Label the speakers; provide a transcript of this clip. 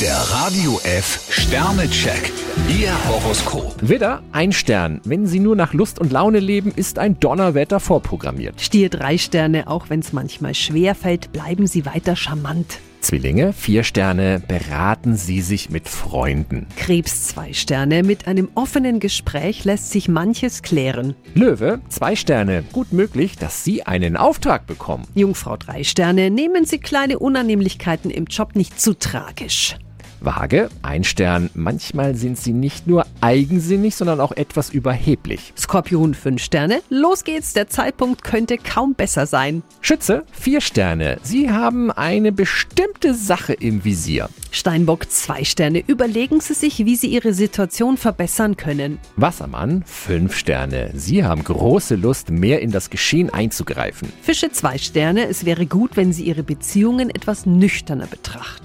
Speaker 1: Der Radio F Sternecheck. Ihr Horoskop.
Speaker 2: Widder, ein Stern. Wenn Sie nur nach Lust und Laune leben, ist ein Donnerwetter vorprogrammiert.
Speaker 3: Stier drei Sterne, auch wenn es manchmal schwer fällt, bleiben Sie weiter charmant.
Speaker 2: Zwillinge, vier Sterne. Beraten Sie sich mit Freunden.
Speaker 3: Krebs zwei Sterne, mit einem offenen Gespräch lässt sich manches klären.
Speaker 2: Löwe, zwei Sterne. Gut möglich, dass Sie einen Auftrag bekommen.
Speaker 3: Jungfrau drei Sterne, nehmen Sie kleine Unannehmlichkeiten im Job nicht zu tragisch.
Speaker 2: Waage, ein Stern. Manchmal sind Sie nicht nur eigensinnig, sondern auch etwas überheblich.
Speaker 3: Skorpion fünf Sterne, los geht's, der Zeitpunkt könnte kaum besser sein.
Speaker 2: Schütze, vier Sterne. Sie haben eine bestimmte Sache im Visier.
Speaker 3: Steinbock zwei Sterne, überlegen Sie sich, wie Sie Ihre Situation verbessern können.
Speaker 2: Wassermann, fünf Sterne. Sie haben große Lust, mehr in das Geschehen einzugreifen.
Speaker 3: Fische zwei Sterne, es wäre gut, wenn Sie Ihre Beziehungen etwas nüchterner betrachten.